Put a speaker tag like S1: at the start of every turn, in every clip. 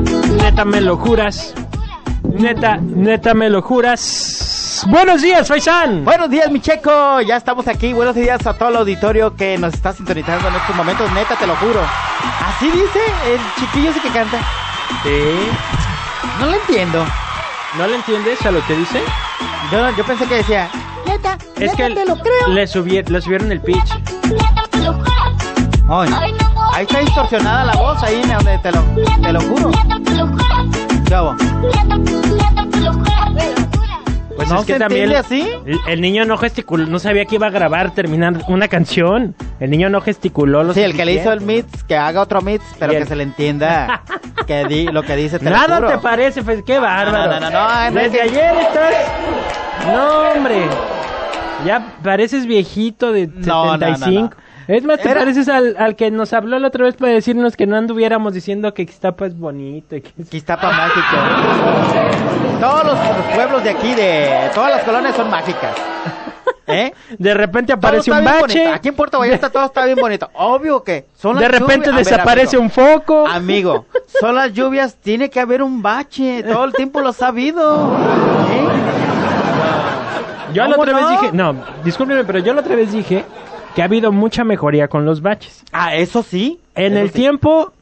S1: neta me lo juras. Neta, neta me lo juras. Buenos días, Faisán.
S2: Buenos días, mi checo. Ya estamos aquí. Buenos días a todo el auditorio que nos está sintonizando en estos momentos. Neta, te lo juro. Así dice el chiquillo ese que canta.
S1: Sí.
S2: No lo entiendo.
S1: ¿No le entiendes a lo que dice?
S2: Yo, yo pensé que decía, neta,
S1: Es
S2: neta,
S1: que
S2: te lo creo.
S1: le, subi- le subieron el pitch.
S2: Ay, ahí está distorsionada la voz, ahí en donde te lo, te lo juro. ¿Qué hago?
S1: Pues
S2: ¿No
S1: es que
S2: se
S1: también
S2: entiende así?
S1: el- el niño no gesticuló, no sabía que iba a grabar, terminar una canción. El niño no gesticuló. Lo
S2: Sí, el que le hizo el
S1: suficiente.
S2: mix, que haga otro mix, pero
S1: Y el-
S2: que se le entienda que di- lo que dice. Te lo
S1: Nada
S2: juro.
S1: te parece, Fais- qué bárbaro.
S2: no, no, no, no,
S1: Desde
S2: es que-
S1: ayer estás. No, hombre. Ya pareces viejito de
S2: No, no, no,
S1: 75. Es más, te
S2: Era-
S1: pareces al, al que nos habló la otra vez para decirnos que no anduviéramos diciendo que Ixtapa es bonito y que es-
S2: Quistapa mágico. Todos los pueblos de aquí, de todas las colonias son mágicas. ¿Eh?
S1: De repente
S2: Todo
S1: aparece
S2: está
S1: un
S2: bien
S1: bache.
S2: bonito. Aquí en Puerto Vallarta todo está bien bonito. Obvio que son
S1: De
S2: las
S1: repente
S2: lluvias- A ver,
S1: desaparece
S2: amigo,
S1: un foco.
S2: Amigo, son las lluvias, tiene que haber un bache. Todo el tiempo lo has sabido. ¿eh?
S1: Yo la
S2: ¿Cómo
S1: otra vez
S2: no?
S1: dije, no, discúlpeme, pero yo la otra vez dije que ha habido mucha mejoría con los baches.
S2: Ah, eso sí.
S1: En
S2: eso
S1: el
S2: sí.
S1: tiempo,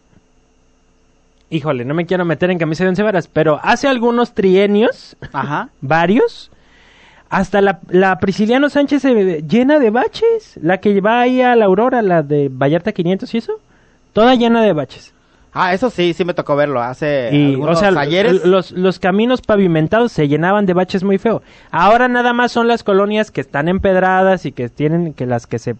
S1: híjole, no me quiero meter en camisa de once varas, pero hace algunos trienios,
S2: Ajá.
S1: varios, hasta la, la Prisciliano Sánchez se llena de baches, la que va ahí a la Aurora, la de Vallarta 500 y eso, toda llena de baches.
S2: Ah, eso sí, sí me tocó verlo hace
S1: Y, o
S2: Eh, algunos
S1: sea,
S2: ayeres.
S1: los, los caminos pavimentados se llenaban de baches muy feo. Ahora nada más son las colonias que están empedradas y que tienen que las que se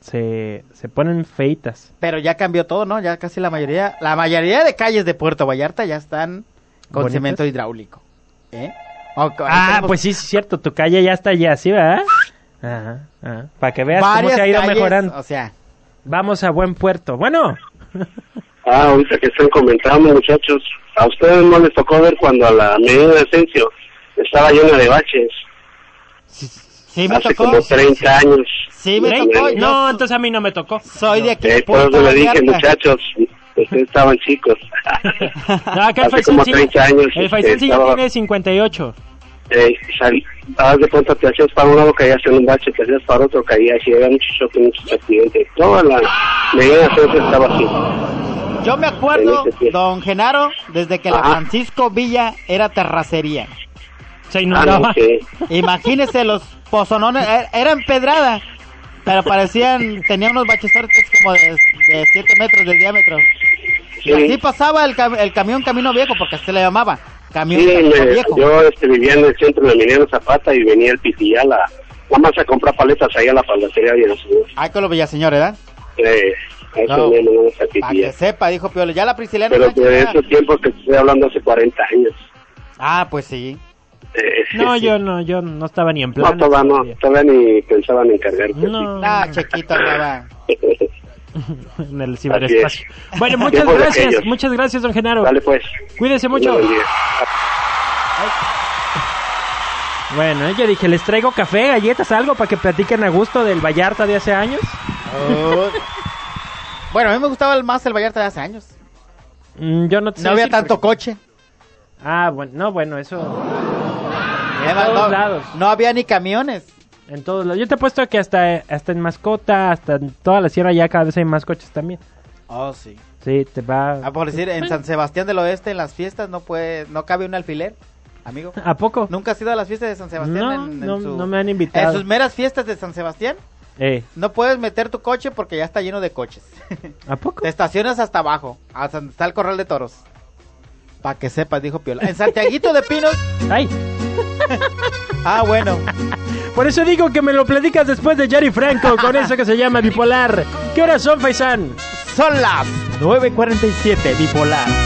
S1: se, se ponen feitas.
S2: Pero ya cambió todo, ¿no? Ya casi la mayoría, la mayoría de calles de Puerto Vallarta ya están con
S1: ¿Bonitas?
S2: cemento hidráulico. ¿Eh? O- ahí
S1: Ah,
S2: tenemos
S1: pues sí, sí, es cierto, tu calle ya está allá, ¿sí, verdad? Ajá, ajá. Para que veas cómo
S2: varias
S1: se ha ido
S2: calles,
S1: mejorando.
S2: O sea,
S1: Vamos a buen puerto. Bueno,
S3: Ah, ahorita que están comentando, muchachos, a ustedes no les tocó ver cuando a la medida de ascenso estaba llena de baches,
S2: sí me
S3: hace
S2: tocó.
S3: como 30 años.
S2: Sí me
S3: Más o
S2: tocó,
S3: menos.
S2: yo
S1: no,
S2: soy-
S1: entonces a mí no me tocó.
S2: Soy de aquí.
S3: Eh,
S2: de
S3: por
S2: Puerto
S3: eso le dije,
S2: Vallarta.
S3: muchachos, ustedes estaban chicos.
S1: No, acá el
S3: Hace
S1: Faisán
S3: como
S1: sí-
S3: 30 años,
S1: El
S3: este,
S1: Faisán sí ya
S3: estaba-
S1: tiene 58.
S3: Eh, sal- haz de cuenta, te hacías para un lado, caías en un bache, te hacías para otro, caías y había muchos choques, muchos accidentes. Toda la medida de ascenso estaba así.
S2: Yo me acuerdo,
S3: En ese tiempo.
S2: don Genaro, desde que la
S3: Ajá.
S2: Francisco Villa era terracería.
S1: Se
S3: Ah, no,
S1: inundaba.
S3: que-
S2: Imagínese los pozonones, er- era empedrada, pero parecían, tenía unos bachesortes como de 7 metros de diámetro. Y
S3: Sí.
S2: así pasaba el, cam- el camión Camino Viejo, porque así le llamaba, Camión
S3: Sí,
S2: Camino
S3: me-
S2: Viejo.
S3: yo este, vivía en el centro de Minero Zapata y venía el pitillal a, nada más a comprar paletas allá a la paletería de los
S2: Ay, con los Villaseñor, ¿verdad?
S3: eh, a eso
S2: No.
S3: mismo, nada más a
S2: Para que
S3: Pitillal.
S2: sepa, dijo Piolo. Ya la Prisciliana
S3: eh. Pero pues
S2: Sánchez
S3: de
S2: era-
S3: esos tiempos que estoy hablando hace 40 años.
S2: Ah, pues sí.
S3: Eh,
S1: No, yo no, yo no estaba ni en
S3: No,
S1: plan.
S3: todavía no, todavía ni pensaban en cargar.
S1: No.
S2: Ah, chiquito, andaba.
S1: en el ciberespacio. Bueno, muchas
S3: Tiempos de
S1: gracias,
S3: aquellos.
S1: muchas gracias, don Genaro.
S3: Dale pues.
S1: Cuídese mucho.
S3: Buen día.
S1: Bueno, eh, yo dije, les traigo café, galletas, algo para que platiquen a gusto del Vallarta de hace años.
S2: Oh. Bueno, a mí me gustaba el- más el Vallarta de hace años.
S1: Mm, yo no te sé
S2: No había
S1: decir
S2: tanto
S1: porque-
S2: coche.
S1: Ah, bueno, no, bueno, eso
S2: Además,
S1: todos
S2: no,
S1: lados.
S2: no había ni camiones.
S1: en todos lados. Yo te he puesto que hasta, hasta en mascota, hasta en toda la sierra ya cada vez hay más coches también.
S2: Oh, sí.
S1: Sí, te va...
S2: Ah, por decir, en San Sebastián del Oeste, en las fiestas, no puede, no cabe un alfiler, amigo.
S1: ¿A poco?
S2: ¿Nunca has ido a las fiestas de San Sebastián?
S1: No,
S2: en, en
S1: no,
S2: su-
S1: no me han
S2: En
S1: invitado.
S2: sus meras fiestas de San Sebastián,
S1: Eh,
S2: no puedes meter tu coche porque ya está lleno de coches.
S1: ¿A poco?
S2: Te estacionas hasta abajo, hasta donde está el corral de toros. Para que sepas, dijo Piola. En Santiaguito de Pinos.
S1: Ay,
S2: Ah, bueno.
S1: por eso digo que me lo platicas después de Jerry Franco, con eso que se llama bipolar. ¿Qué horas son, Faisán?
S2: Son las 9.47, bipolar.